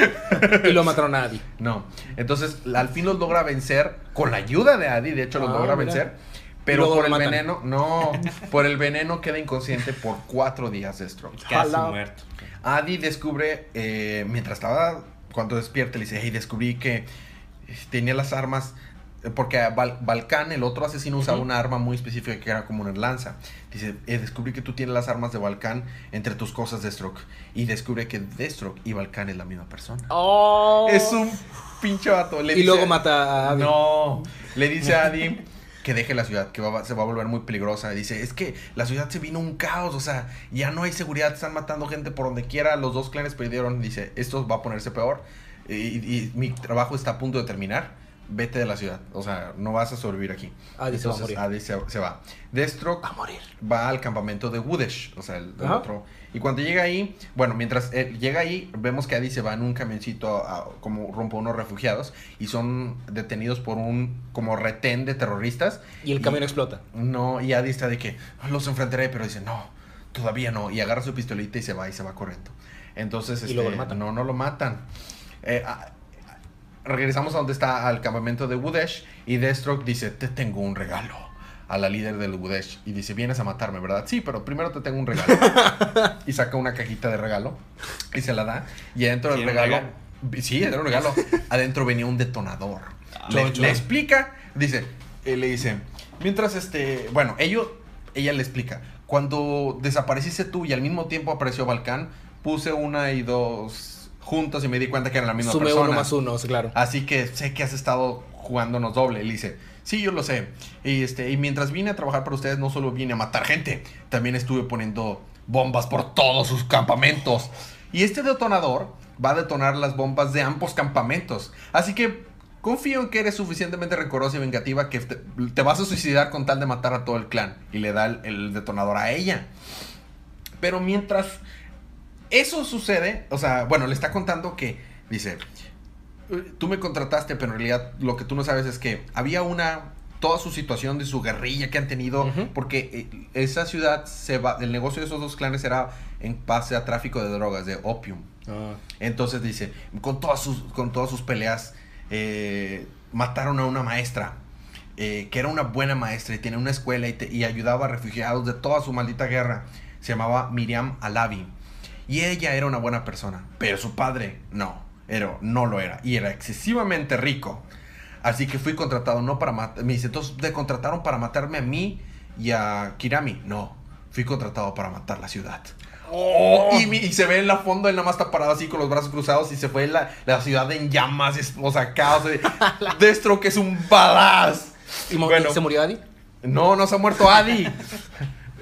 Speaker 2: Y lo mataron a Adi.
Speaker 1: No. Entonces, la- al fin los logra vencer con la ayuda de Adi, de hecho los
Speaker 2: Ah,
Speaker 1: logra
Speaker 2: mira.
Speaker 1: vencer.
Speaker 2: Y
Speaker 1: Pero
Speaker 2: luego
Speaker 1: por
Speaker 2: lo
Speaker 1: el
Speaker 2: matan.
Speaker 1: veneno, no, por el veneno queda inconsciente por cuatro días de stroke.
Speaker 3: Casi
Speaker 2: Jala.
Speaker 3: muerto.
Speaker 1: Adi descubre, eh, mientras estaba, cuando despierta, le dice, hey, descubrí que eh, tenía las armas, eh, porque Bal- Balcán, el otro asesino, usaba
Speaker 2: Ujú.
Speaker 1: una arma muy específica que era como una lanza. Dice, "Eh, descubrí que tú tienes las armas de Balcán entre tus cosas, Deathstroke. Y descubre que Deathstroke y Balcán es la misma persona. Es un pinche vato. Le
Speaker 2: Oh. Y
Speaker 1: dice-
Speaker 2: luego mata a Adi.
Speaker 1: No. Le dice a Adi que deje la ciudad, que va- se va a volver muy peligrosa. Y dice, es que la ciudad se vino un caos, o sea, ya no hay seguridad, están matando gente por donde quiera, los dos clanes perdieron. Dice, esto va a ponerse peor y, y mi trabajo está a punto de terminar. Vete de la ciudad, o sea, no vas a sobrevivir aquí.
Speaker 2: Adi se va a morir. Ah,
Speaker 1: Adi se, se va. Deathstroke
Speaker 2: Va a morir.
Speaker 1: va al campamento de Woodesh, o sea, el, el
Speaker 2: Ajá.
Speaker 1: otro. Y cuando llega ahí, bueno, mientras él llega ahí, vemos que Adi se va en un camioncito a- a- como rompo unos refugiados y son detenidos por un como retén de terroristas.
Speaker 2: Y el camión explota.
Speaker 1: No, y Adi está de que "Ah, los enfrentaré, pero dice, no, todavía no. Y agarra su pistolita y se va y se va corriendo. Entonces,
Speaker 2: Y
Speaker 1: este,
Speaker 2: luego lo matan.
Speaker 1: no, no lo matan. Eh, a- regresamos a donde está al campamento de Wudesh y Deathstroke dice, te tengo un regalo a la líder del Wudesh y dice, vienes a matarme, ¿verdad? Sí, pero primero te tengo un regalo. y saca una cajita de regalo y se la da y adentro del
Speaker 3: ¿Tiene un
Speaker 1: regalo, sí, era un regalo, adentro venía un detonador. Le,
Speaker 2: Ah,
Speaker 3: Chon, chon.
Speaker 1: le explica, dice, eh, le dice, mientras este, bueno, ello, ella le explica, cuando desapareciste tú y al mismo tiempo apareció Balcán, puse una y dos juntos y me di cuenta que eran la misma
Speaker 2: Sume
Speaker 1: persona. Ah.
Speaker 2: uno más uno, sí, claro.
Speaker 1: Así que sé que has estado jugándonos doble. Le dice, sí, yo lo sé. Y, este, y mientras vine a trabajar para ustedes, no solo vine a matar gente, también estuve poniendo bombas por todos sus campamentos. Y este detonador va a detonar las bombas de ambos campamentos. Así que confío en que eres suficientemente rencorosa y vengativa que te, te vas a suicidar con tal de matar a todo el clan. Y le da el- el detonador a ella. Pero mientras eso sucede, o sea, bueno, le está contando que dice, tú me contrataste, pero en realidad lo que tú no sabes es que había una toda su situación de su guerrilla que han tenido
Speaker 2: Ujú.
Speaker 1: porque eh, esa ciudad se va el negocio de esos dos clanes era en base a tráfico de drogas, de opium.
Speaker 2: Ah.
Speaker 1: Entonces dice, con todas sus, con todas sus peleas, eh, mataron a una maestra, eh, que era una buena maestra y tenía una escuela y, te- y ayudaba a refugiados de toda su maldita guerra. Se llamaba Miriam Alavi. Y ella era una buena persona, pero su padre no, era, no lo era. Y era excesivamente rico. Así que fui contratado no para matar. Me dice, entonces te contrataron para matarme a mí y a Kirami. No, fui contratado para matar la ciudad. Oh, y, mi- y se ve en la fondo, él nada más está parado así con los brazos cruzados y se fue la, la ciudad en llamas, es- o sea, caos. eh. Destro que es un badass.
Speaker 2: ¿Y mo-
Speaker 1: Bueno.
Speaker 2: se murió Adi?
Speaker 1: No, no se ha muerto Adi.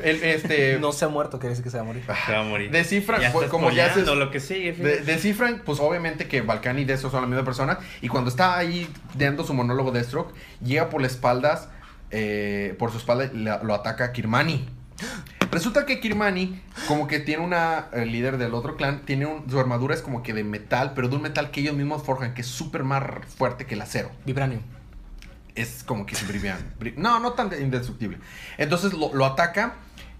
Speaker 1: El, este,
Speaker 2: No se ha muerto, quiere decir que se va a morir.
Speaker 1: Ah.
Speaker 3: Se va a morir.
Speaker 1: Descifra,
Speaker 3: Ya
Speaker 1: pues,
Speaker 3: estás
Speaker 1: como ya
Speaker 3: spoileando
Speaker 1: se-
Speaker 3: lo que
Speaker 1: de-
Speaker 3: sigue. fíjate.
Speaker 1: descifran, pues obviamente que Balcán y Destro son la misma persona. Y cuando está ahí dando su monólogo Deathstroke, llega por la espaldas, eh, por su espalda y la- lo ataca Kirmani. Resulta que Kirmani, como que tiene una el líder del otro clan, tiene un- su armadura es como que de metal, pero de un metal que ellos mismos forjan, que es súper más fuerte que el acero
Speaker 2: Vibranium.
Speaker 1: es como que es brivian- bri- No, no tan indestructible. Entonces lo, lo ataca,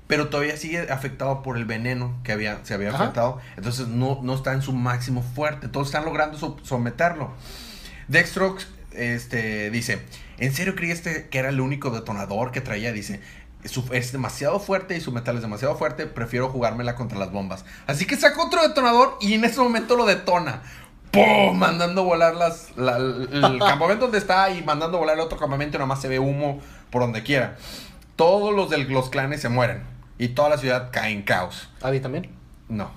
Speaker 1: pero todavía sigue afectado por el veneno que había, se había
Speaker 2: Ajá.
Speaker 1: afectado. Entonces no, no está en su máximo fuerte. Entonces están logrando so- someterlo. Dextrox este, dice, ¿en serio creíste que era el único detonador que traía? Dice, "Su- es demasiado fuerte y su metal es demasiado fuerte, prefiero jugármela contra las bombas. Así que saca otro detonador y en ese momento lo detona. ¡Pum! Mandando volar las, la- el campamento donde está y mandando volar el otro campamento y nada más se ve humo por donde quiera. Todos los de los clanes se mueren y toda la ciudad cae en caos.
Speaker 2: Adi también.
Speaker 1: No.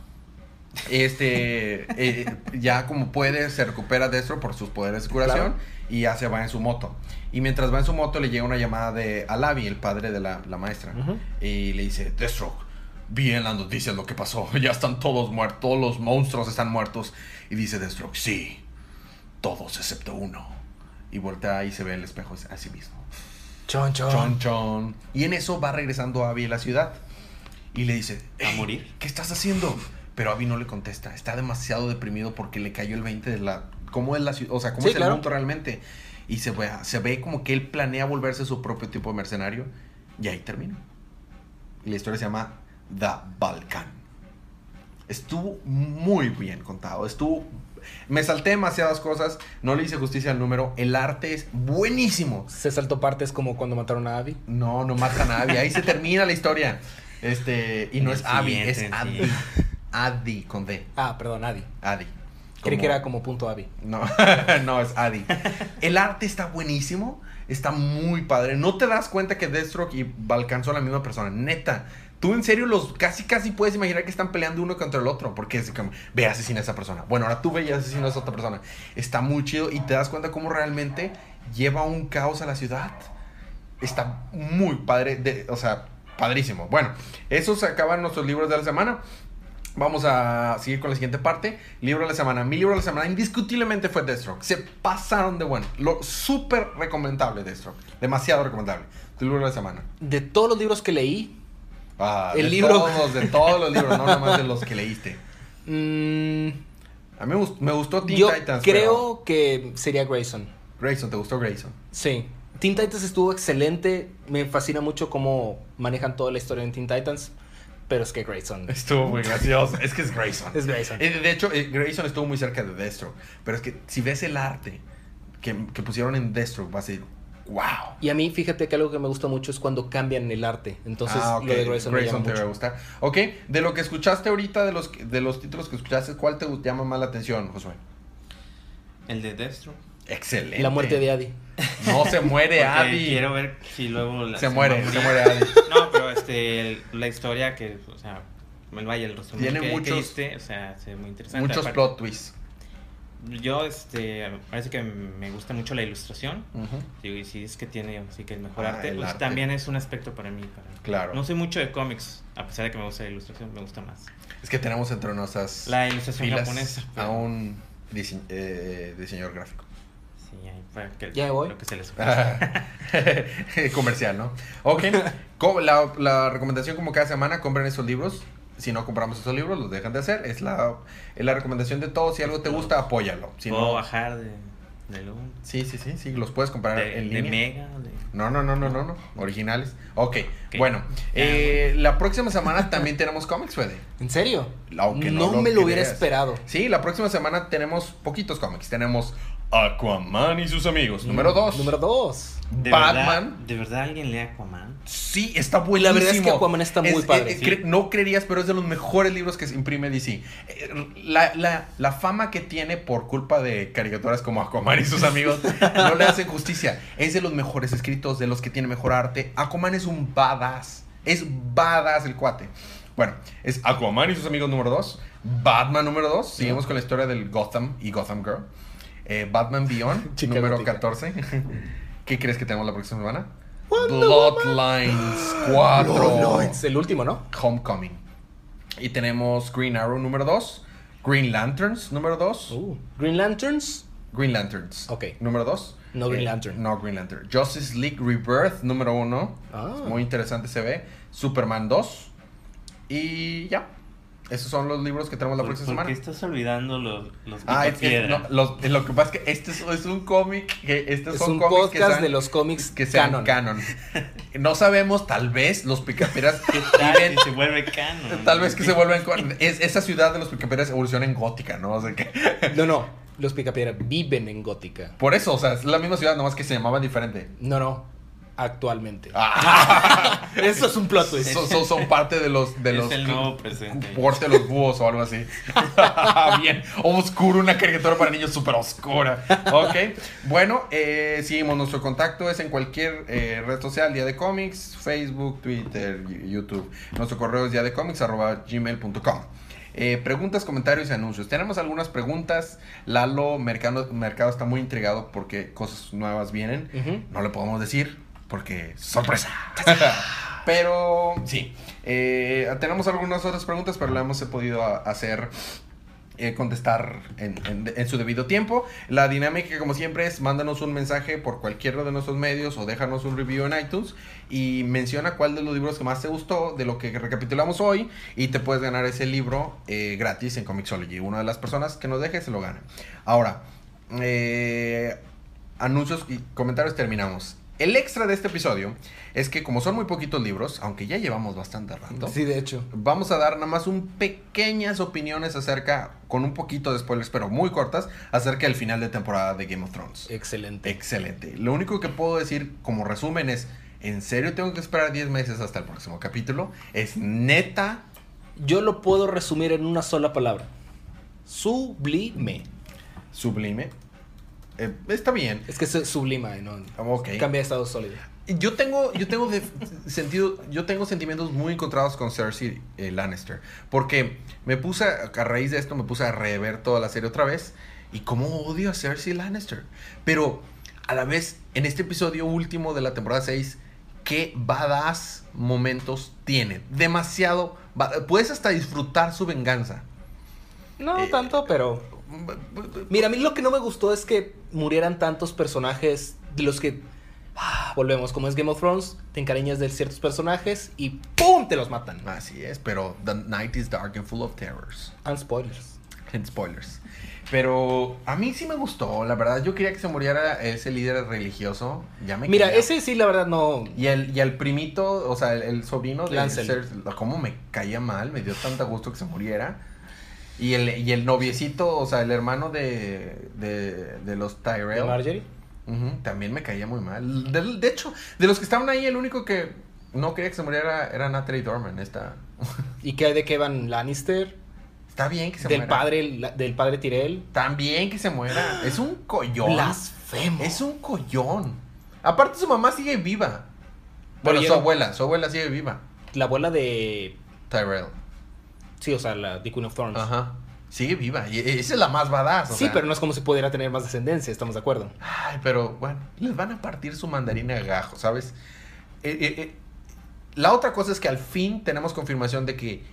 Speaker 1: Este, eh, ya como puede, se recupera Destro por sus poderes de curación
Speaker 2: Claro.
Speaker 1: y ya se va en su moto. Y mientras va en su moto, le llega una llamada de Alavi, el padre de la, la maestra.
Speaker 2: Ujú.
Speaker 1: Y le dice: Destro, vi en las noticias lo que pasó. Ya están todos muertos, todos los monstruos están muertos. Y dice Destro: Sí, todos excepto uno. Y voltea y se ve el espejo a sí mismo.
Speaker 2: Chon, chon.
Speaker 1: Chon, chon. Y en eso va regresando Abby a la ciudad. Y le dice,
Speaker 3: ¿A
Speaker 1: "Ey,
Speaker 3: morir?
Speaker 1: ¿Qué estás haciendo? Pero Abby no le contesta. Está demasiado deprimido porque le cayó el 20 de la... ¿Cómo es la ciudad? O sea, ¿cómo
Speaker 2: Sí,
Speaker 1: es el
Speaker 2: claro.
Speaker 1: mundo realmente? Y se ve, se ve como que él planea volverse su propio tipo de mercenario. Y ahí termina. Y la historia se llama The Balkan. Estuvo muy bien contado. Estuvo. Me salté demasiadas cosas. No le hice justicia al número. El arte es buenísimo.
Speaker 2: Se saltó partes como cuando mataron a Abby.
Speaker 1: No, no matan a Abby. Ahí se termina la historia. Este, y no
Speaker 3: El
Speaker 1: es Abby,
Speaker 3: siguiente,
Speaker 1: es
Speaker 3: el
Speaker 1: Adi.
Speaker 3: siguiente.
Speaker 1: Adi con D.
Speaker 2: Ah, perdón, Adi.
Speaker 1: Adi.
Speaker 2: Creí
Speaker 1: Como-
Speaker 2: que era como punto Abby.
Speaker 1: No, no, es Adi. El arte está buenísimo. Está muy padre. No te das cuenta que Deathstroke y Balkan son la misma persona. Neta. Tú en serio los casi casi puedes imaginar que están peleando uno contra el otro. Porque es como, ve asesina a esa persona. Bueno, ahora tú ve y asesina a esa otra persona. Está muy chido y te das cuenta cómo realmente lleva un caos a la ciudad. Está muy padre. de- o sea, padrísimo. Bueno, esos acaban nuestros libros de la semana. Vamos a seguir con la siguiente parte. Libro de la semana. Mi libro de la semana indiscutiblemente fue Deathstroke. Se pasaron de bueno. Lo súper recomendable Deathstroke. Demasiado recomendable. Tu libro de la semana.
Speaker 2: De todos los libros que leí,
Speaker 1: Ah,
Speaker 2: El
Speaker 1: de
Speaker 2: libro.
Speaker 1: Todos, de todos los libros, no nada más de los que leíste.
Speaker 2: mm,
Speaker 1: A mí me gustó, me gustó Teen
Speaker 2: yo
Speaker 1: Titans. pero-
Speaker 2: creo que sería Grayson.
Speaker 1: Grayson, ¿te gustó Grayson?
Speaker 2: Sí. Teen Titans estuvo excelente. Me fascina mucho cómo manejan toda la historia en Teen Titans. Pero es que Grayson.
Speaker 1: Estuvo muy gracioso. Es que es Grayson.
Speaker 2: Es Grayson.
Speaker 1: Eh, De hecho, eh, Grayson estuvo muy cerca de Deathstroke. Pero es que si ves el arte que, que pusieron en Deathstroke, vas a decir, wow.
Speaker 2: Y a mí, fíjate que algo que me gusta mucho es cuando cambian el arte. Entonces,
Speaker 1: Ah, ok.
Speaker 2: lo de Grayson, me
Speaker 1: te
Speaker 2: llama
Speaker 1: va a
Speaker 2: mucho.
Speaker 1: gustar. Ok, de lo que escuchaste ahorita, de los, de los títulos que escuchaste, ¿cuál te gu- llama más la atención, Josué?
Speaker 3: El de Destro.
Speaker 1: Excelente.
Speaker 2: La muerte de Adi.
Speaker 1: No se muere Abby.
Speaker 3: Quiero ver si luego. la-
Speaker 1: Se
Speaker 3: va a
Speaker 1: muere,
Speaker 3: morir.
Speaker 1: se muere Abby.
Speaker 3: No, pero este, el- la historia que, o sea, me vaya el resumen
Speaker 1: Tiene
Speaker 3: que, que
Speaker 1: muchos-
Speaker 3: diste, o sea, se ve muy interesante.
Speaker 1: Muchos
Speaker 3: Aparte-
Speaker 1: plot twists.
Speaker 3: Yo, este, parece que me gusta mucho la ilustración.
Speaker 1: Ujú.
Speaker 3: Digo, y si es que tiene, así que el mejor
Speaker 1: Ah,
Speaker 3: arte,
Speaker 1: el
Speaker 3: pues
Speaker 1: arte.
Speaker 3: también es un aspecto para mí. para-
Speaker 1: Claro.
Speaker 3: No soy mucho de cómics, a pesar de que me gusta la ilustración, me gusta más.
Speaker 1: Es que tenemos entre nuestras
Speaker 3: La ilustración
Speaker 1: filas
Speaker 3: japonesa.
Speaker 1: a
Speaker 3: pero-
Speaker 1: un dise- eh, diseñador gráfico.
Speaker 3: Sí, ahí fue que-
Speaker 2: Ya voy.
Speaker 3: Lo que se les
Speaker 1: Comercial, ¿no? Ok. Co- La, la recomendación como cada semana, compren esos libros. Si no compramos esos libros, los dejan de hacer. Es la, es la recomendación de todos. Si algo te gusta, apóyalo. Si
Speaker 3: Puedo
Speaker 1: no,
Speaker 3: bajar de, de Loom,
Speaker 1: sí, sí, sí, sí, los puedes comprar
Speaker 3: de,
Speaker 1: en
Speaker 3: de
Speaker 1: línea.
Speaker 3: Mega, de...
Speaker 1: No, no, no, no, no, no. Originales. Ok.
Speaker 3: Ok.
Speaker 1: Bueno,
Speaker 3: Ya,
Speaker 1: eh, la próxima semana también tenemos cómics, Fede.
Speaker 2: ¿En serio?
Speaker 1: Aunque no
Speaker 2: no
Speaker 1: lo
Speaker 2: me lo hubiera
Speaker 1: creas.
Speaker 2: esperado.
Speaker 1: Sí, la próxima semana tenemos poquitos cómics. Tenemos Aquaman y sus amigos. Número 2.
Speaker 2: Número dos.
Speaker 3: Mm, ¿De
Speaker 1: Batman.
Speaker 3: Verdad, ¿De verdad alguien lee Aquaman?
Speaker 1: Sí, está
Speaker 2: La
Speaker 1: buenísimo.
Speaker 2: verdad es que Aquaman está muy
Speaker 1: Es-
Speaker 2: padre.
Speaker 1: eh, eh,
Speaker 3: sí.
Speaker 1: cre- No creerías, pero es de los mejores libros que se imprime DC. Eh, La, la- la fama que tiene por culpa de caricaturas como Aquaman y sus amigos no le hacen justicia. Es de los mejores escritos, de los que tiene mejor arte. Aquaman es un badass. Es badass el cuate. Bueno, es Aquaman y sus amigos número 2. Batman número 2. Seguimos con la historia del Gotham y Gotham Girl. Eh, Batman Beyond,
Speaker 2: Chica
Speaker 1: número
Speaker 2: gótica.
Speaker 1: 14. ¿Qué crees que tenemos la próxima semana?
Speaker 2: Wonder
Speaker 1: Bloodlines 4.
Speaker 2: Es el último, ¿no?
Speaker 1: Homecoming. Y tenemos Green Arrow número 2. Green Lanterns número 2.
Speaker 2: Green Lanterns.
Speaker 1: Green Lanterns.
Speaker 2: Uh. Ok.
Speaker 1: Número 2.
Speaker 2: No Green Lantern.
Speaker 1: Eh, No Green Lantern. Justice League Rebirth número 1.
Speaker 2: Ah.
Speaker 1: Muy interesante se ve. Superman 2. Y ya. Esos son los libros que tenemos la
Speaker 3: ¿Por,
Speaker 1: próxima semana.
Speaker 3: por qué estás olvidando los, los
Speaker 1: Ah, es que
Speaker 3: picapiedra?
Speaker 1: no, los- lo que pasa es que este es, es un cómic. que Estos
Speaker 2: Es
Speaker 1: son
Speaker 2: un
Speaker 1: cómics que
Speaker 2: podcast
Speaker 1: sean-
Speaker 2: de los cómics
Speaker 1: que sean canon. No sabemos, tal vez los picaperas
Speaker 3: ¿Qué tal
Speaker 1: viven-
Speaker 3: si se vuelve canon?
Speaker 1: Tal vez que se vuelvan. con- es- esa ciudad de los picaperas evoluciona en gótica, ¿no? O sea que-
Speaker 2: No, no. Los Picapiedra viven en Gótica.
Speaker 1: por eso, o sea, es la misma ciudad, nomás que se llamaban diferente.
Speaker 2: No, no. Actualmente.
Speaker 1: Ah,
Speaker 2: Eso es un plot twist.
Speaker 1: son, son- son parte de los. De
Speaker 3: Es
Speaker 1: los
Speaker 3: el nuevo presente.
Speaker 1: porte de los búhos o algo así. Bien, oscuro, una caricatura para niños súper oscura. Ok, bueno, eh, seguimos. Nuestro contacto es en cualquier eh, red social, Día de Cómics, Facebook, Twitter, y- YouTube. Nuestro correo es día de cómics arroba gmail.com. Eh, preguntas, comentarios y anuncios. Tenemos algunas preguntas. Lalo Mercado, Mercado está muy intrigado porque cosas nuevas vienen.
Speaker 2: Ujú.
Speaker 1: No le podemos decir porque sorpresa. pero sí, eh, tenemos algunas otras preguntas, pero las hemos podido a- hacer. eh, contestar en, en- en su debido tiempo. La dinámica, como siempre, es mándanos un mensaje por cualquiera de nuestros medios o déjanos un review en iTunes y menciona cuál de los libros que más te gustó de lo que recapitulamos hoy y te puedes ganar ese libro eh, gratis en Comixology. Una de las personas que nos deje se lo gana. Ahora, eh, anuncios y comentarios terminamos. El extra de este episodio es que como son muy poquitos libros, aunque ya llevamos bastante rato,
Speaker 2: Sí, de hecho.
Speaker 1: vamos a dar nada más un pequeñas opiniones acerca, con un poquito de spoilers, pero muy cortas, acerca del final de temporada de Game of Thrones. Eh.
Speaker 2: Excelente.
Speaker 1: Excelente. Lo único que puedo decir como resumen es, ¿en serio tengo que esperar 10 meses hasta el próximo capítulo? Es neta.
Speaker 2: Yo lo puedo resumir en una sola palabra. Sublime.
Speaker 1: Sublime. Eh, está bien.
Speaker 2: Es que se sublima, ¿no?
Speaker 1: Ok.
Speaker 2: Cambia de estado sólido.
Speaker 1: Yo tengo, yo tengo de- sentido, yo tengo sentimientos muy encontrados con Cersei eh, Lannister, porque me puse a a raíz de esto me puse a rever toda la serie otra vez y cómo odio a Cersei Lannister, pero a la vez en este episodio último de la temporada 6 qué badass momentos tiene, demasiado, ba- puedes hasta disfrutar su venganza.
Speaker 2: No
Speaker 1: Eh,
Speaker 2: tanto, pero... Mira, a mí lo que no me gustó es que murieran tantos personajes de los que... Ah, volvemos, como es Game of Thrones, te encariñas de ciertos personajes y ¡pum! te los matan.
Speaker 1: Así es, pero the night is dark and full of terrors.
Speaker 2: And spoilers.
Speaker 1: En spoilers. Pero a mí sí me gustó, la verdad. Yo quería que se muriera ese líder religioso. Ya me
Speaker 2: Mira,
Speaker 1: caía.
Speaker 2: ese sí, la verdad, no...
Speaker 1: Y el, y el primito, o sea, el, el sobrino de
Speaker 2: Lancel.
Speaker 1: Cersei, cómo me caía mal, me dio tanto gusto que se muriera. Y el, y el noviecito, o sea, el hermano de, de, de los
Speaker 2: ¿De
Speaker 1: Tyrell.
Speaker 2: Marjorie?
Speaker 1: Ujú, también me caía muy mal. De, de hecho, de los que estaban ahí, el único que no quería que se muriera era Natalie Dorman. Esta.
Speaker 2: ¿Y qué hay de Kevin Lannister?
Speaker 1: Está bien que se
Speaker 2: Del
Speaker 1: muera.
Speaker 2: padre, la- del padre Tyrell.
Speaker 1: También que se muera. Es un collón.
Speaker 2: Blasfemo.
Speaker 1: Es un collón. Aparte su mamá sigue viva. Bueno,
Speaker 2: Pero yo
Speaker 1: su
Speaker 2: no-
Speaker 1: abuela, su abuela sigue viva.
Speaker 2: La abuela de...
Speaker 1: Tyrell.
Speaker 2: Sí, o sea, la de Queen of Thorns.
Speaker 1: Ajá. Sigue viva. Y esa es la más badass. o
Speaker 2: Sí,
Speaker 1: sea.
Speaker 2: pero no es como si pudiera tener más descendencia, estamos de acuerdo.
Speaker 1: Ay, pero bueno, les van a partir su mandarina a gajo, ¿sabes? Eh, eh, eh, La otra cosa es que al fin tenemos confirmación de que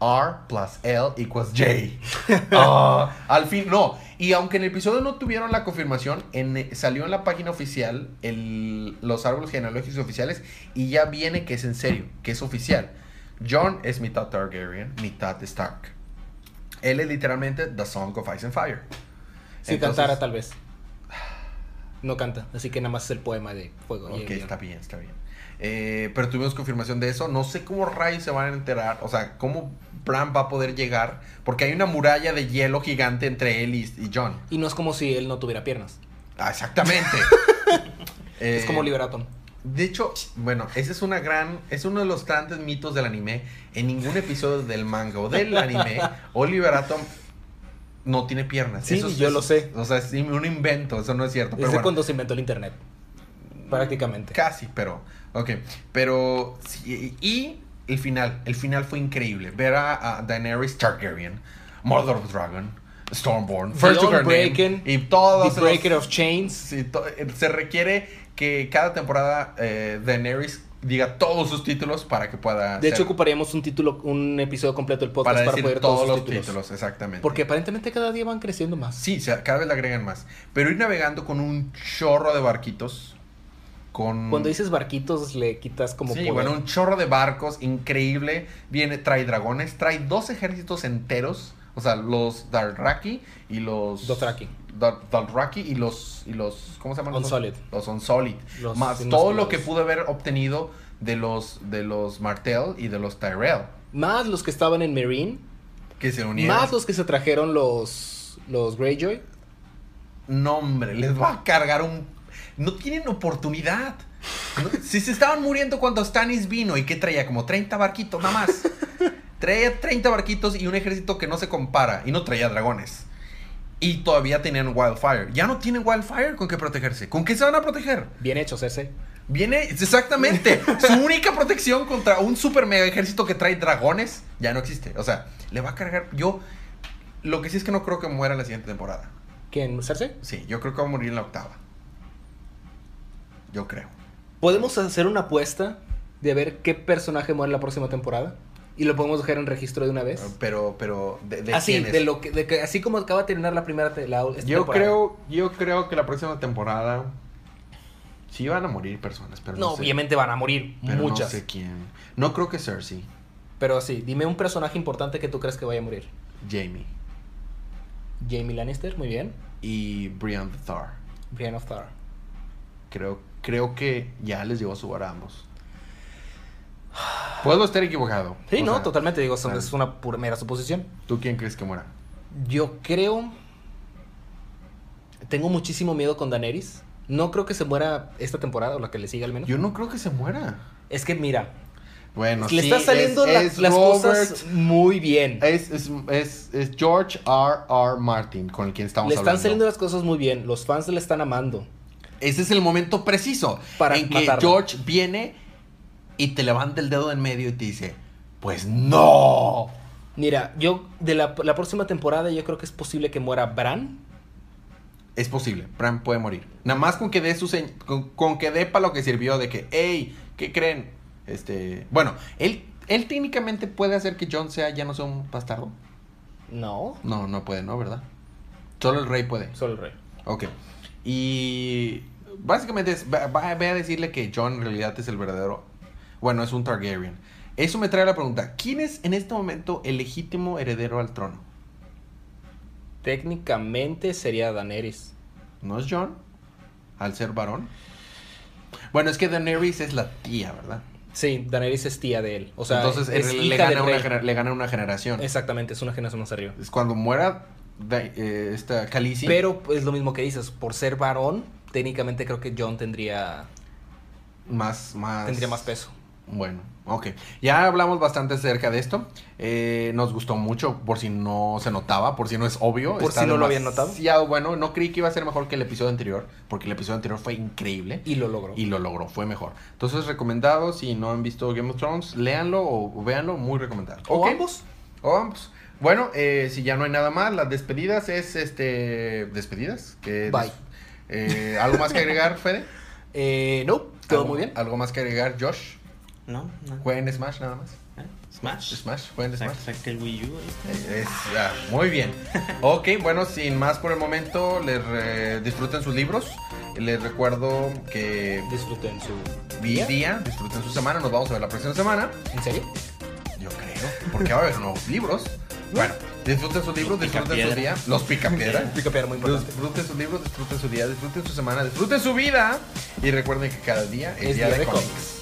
Speaker 1: R plus L equals J. Ah, al fin, no. Y aunque en el episodio no tuvieron la confirmación, en- eh, salió en la página oficial el- los árboles genealógicos oficiales y ya viene que es en serio, que es oficial. John es mitad Targaryen, mitad Stark. Él es literalmente The Song of Ice and Fire.
Speaker 2: Si
Speaker 1: Entonces-
Speaker 2: cantara, tal vez. No canta, así que nada más es el poema de fuego. y
Speaker 1: Ok,
Speaker 2: hielo.
Speaker 1: está bien, está bien. Eh, pero tuvimos confirmación de eso. No sé cómo rayos se van a enterar. O sea, cómo Bran va a poder llegar. Porque hay una muralla de hielo gigante entre él y, y John.
Speaker 2: Y no es como si él no tuviera piernas.
Speaker 1: Ah, exactamente. Eh,
Speaker 2: es como Liberatom.
Speaker 1: De hecho, bueno, ese es una gran, es uno de los grandes mitos del anime. En ningún episodio del manga o del anime, Oliver Atom no tiene piernas.
Speaker 2: Sí,
Speaker 1: es-
Speaker 2: yo lo sé.
Speaker 1: O sea, es un invento, eso no es cierto.
Speaker 2: Es
Speaker 1: pero
Speaker 2: de
Speaker 1: bueno.
Speaker 2: cuando se inventó el internet. Prácticamente.
Speaker 1: Casi, pero. Ok. Pero. sí, y el final. El final fue increíble. Ver a, a Daenerys Targaryen, Mother of Dragon, Stormborn, First
Speaker 2: The
Speaker 1: of her name,
Speaker 2: Unbreaken,
Speaker 1: Y todos.
Speaker 2: The
Speaker 1: los-
Speaker 2: Breaker of Chains.
Speaker 1: sí, to- eh, se requiere que cada temporada eh, Daenerys diga todos sus títulos para que pueda.
Speaker 2: De hecho,
Speaker 1: ser-
Speaker 2: ocuparíamos un título, un episodio completo del podcast
Speaker 1: para
Speaker 2: para,
Speaker 1: decir
Speaker 2: poder
Speaker 1: todos,
Speaker 2: todos
Speaker 1: los
Speaker 2: sus
Speaker 1: títulos.
Speaker 2: títulos.
Speaker 1: Exactamente.
Speaker 2: Porque aparentemente cada día van creciendo más.
Speaker 1: Sí, se- cada vez le agregan más. Pero ir navegando con un chorro de barquitos. Con...
Speaker 2: Cuando dices barquitos, le quitas como
Speaker 1: Mm. sí,
Speaker 2: poder.
Speaker 1: bueno, un chorro de barcos increíble. Viene, trae dragones, trae dos ejércitos enteros. O sea, los Dalraki y los.
Speaker 2: Dothraki.
Speaker 1: Dal- Dalraki y los. Y los ¿Cómo se llaman?
Speaker 2: Unsolid.
Speaker 1: Los Unsolid.
Speaker 2: Los
Speaker 1: más todo
Speaker 2: inmasculados.
Speaker 1: lo que pude haber obtenido de los, de los Martell y de los Tyrell.
Speaker 2: Más los que estaban en Marine.
Speaker 1: Que se unieron.
Speaker 2: Más los que se trajeron los, los Greyjoy.
Speaker 1: No, hombre, les va a cargar un. No tienen oportunidad. No- Si se estaban muriendo cuando Stannis vino y que traía como 30 barquitos nada más. Traía 30 barquitos y un ejército que no se compara y no traía dragones. Y todavía tenían Wildfire. Ya no tienen Wildfire con qué protegerse. ¿Con qué se van a proteger?
Speaker 2: Bien hechos ese.
Speaker 1: Viene exactamente su única protección contra un super mega ejército que trae dragones. Ya no existe. O sea, le va a cargar. Yo lo que sí es que no creo que muera en la siguiente temporada.
Speaker 2: ¿Quién? ¿Cersei?
Speaker 1: Sí, yo creo que va a morir en la octava. Yo creo.
Speaker 2: Podemos hacer una apuesta de ver qué personaje muere la próxima temporada. Y lo podemos dejar en registro de una vez.
Speaker 1: Pero, pero, ¿de, de
Speaker 2: así,
Speaker 1: quién es?
Speaker 2: Ah, de lo que, de que- así como acaba de terminar la primera te- la, esta
Speaker 1: Yo
Speaker 2: temporada.
Speaker 1: creo, yo creo que la próxima temporada sí van a morir personas, pero no,
Speaker 2: No,
Speaker 1: sé.
Speaker 2: obviamente van a morir
Speaker 1: Pero no
Speaker 2: muchas.
Speaker 1: sé quién. No creo que Cersei,
Speaker 2: Pero sí, dime un personaje importante que tú crees que vaya a morir.
Speaker 1: Jamie
Speaker 2: Jamie Lannister, muy bien.
Speaker 1: y Brian the Thar.
Speaker 2: Brienne of Thar.
Speaker 1: Creo, creo que ya les llegó su hora a ambos. Puedo estar equivocado.
Speaker 2: Sí,
Speaker 1: O
Speaker 2: no,
Speaker 1: sea,
Speaker 2: totalmente digo, son-
Speaker 1: claro.
Speaker 2: es una pura mera suposición.
Speaker 1: ¿Tú quién crees que muera?
Speaker 2: Yo creo. Tengo muchísimo miedo con Daenerys. No creo que se muera esta temporada o la que le siga al menos.
Speaker 1: Yo no creo que se muera.
Speaker 2: Es que mira,
Speaker 1: Bueno,
Speaker 2: le
Speaker 1: sí,
Speaker 2: están saliendo
Speaker 1: es-
Speaker 2: la-
Speaker 1: es
Speaker 2: las
Speaker 1: Robert
Speaker 2: cosas muy bien.
Speaker 1: Es, es, es, es George R. R. Martin con el quien estamos
Speaker 2: Le están
Speaker 1: hablando.
Speaker 2: saliendo las cosas muy bien. Los fans le están amando.
Speaker 1: Ese es el momento preciso
Speaker 2: Para
Speaker 1: en que
Speaker 2: matarlo.
Speaker 1: George viene y te levanta el dedo en medio y te dice, pues no.
Speaker 2: Mira, yo de la, la próxima temporada yo creo que es posible que muera Bran.
Speaker 1: Es posible, Bran puede morir. Nada más con que dé su señ- con, con que dé para lo que sirvió de que, hey, ¿qué creen? Este, bueno, él, él técnicamente puede hacer que John sea ya no sea un bastardo.
Speaker 2: No.
Speaker 1: No, no puede, ¿no? ¿Verdad? Solo el rey puede.
Speaker 2: Solo el rey.
Speaker 1: Ok. Y básicamente es, va, va- ve a decirle que John en realidad es el verdadero. Bueno, es un Targaryen. Eso me trae la pregunta: ¿quién es en este momento el legítimo heredero al trono?
Speaker 2: Técnicamente sería Daenerys.
Speaker 1: ¿No es John? Al ser varón. Bueno, es que Daenerys es la tía, ¿verdad?
Speaker 2: Sí, Daenerys es tía de él. O sea,
Speaker 1: Entonces
Speaker 2: es
Speaker 1: él-
Speaker 2: hija
Speaker 1: le, gana
Speaker 2: del
Speaker 1: una,
Speaker 2: rey.
Speaker 1: gener- le gana una generación. Es,
Speaker 2: Exactamente, es una generación más arriba.
Speaker 1: cuando muera Da- eh, esta Khaleesi.
Speaker 2: Pero es lo mismo que dices, por ser varón, técnicamente creo que John tendría,
Speaker 1: más, más.
Speaker 2: tendría más peso.
Speaker 1: Bueno, ok. Ya hablamos bastante acerca de esto. Eh, nos gustó mucho, por si no se notaba, por si no es obvio.
Speaker 2: Por si no lo habían notado.
Speaker 1: demasiado bueno, no creí que iba a ser mejor que el episodio anterior, porque el episodio anterior fue increíble.
Speaker 2: Y lo logró.
Speaker 1: Y lo logró, fue mejor. Entonces, recomendado, si no han visto Game of Thrones, léanlo o, o véanlo, muy recomendado.
Speaker 2: ¿O
Speaker 1: Ok.
Speaker 2: ambos?
Speaker 1: O ambos. Bueno, eh, si ya no hay nada más, las despedidas es este. ¿Despedidas? que
Speaker 2: Bye.
Speaker 1: eh, ¿Algo más que agregar, Fede?
Speaker 2: Eh, no, todo
Speaker 1: ¿Algo-
Speaker 2: muy bien.
Speaker 1: ¿Algo más que agregar, Josh?
Speaker 3: No, no.
Speaker 1: Jueguen Smash nada más.
Speaker 3: ¿Eh? Smash.
Speaker 1: Smash, jueguen
Speaker 3: Saca,
Speaker 1: Smash.
Speaker 3: saca el Wii U. ahí está.
Speaker 1: Eh, es- ah, muy bien. Ok, bueno, sin más por el momento, les re- disfruten sus libros. Les recuerdo que
Speaker 2: Disfruten su
Speaker 1: vi día, disfruten su semana, nos vamos a ver la próxima semana.
Speaker 2: ¿En serio?
Speaker 1: Yo creo, porque va a haber nuevos libros. Bueno, disfruten sus libros,
Speaker 3: Los
Speaker 1: disfruten su
Speaker 3: picapiedra.
Speaker 1: día. Los picapiedra.
Speaker 2: Pica piedra muy importante.
Speaker 1: Disfruten sus libros, disfruten su día, disfruten su semana, disfruten su vida. Y recuerden que cada día es, día, de, cómics.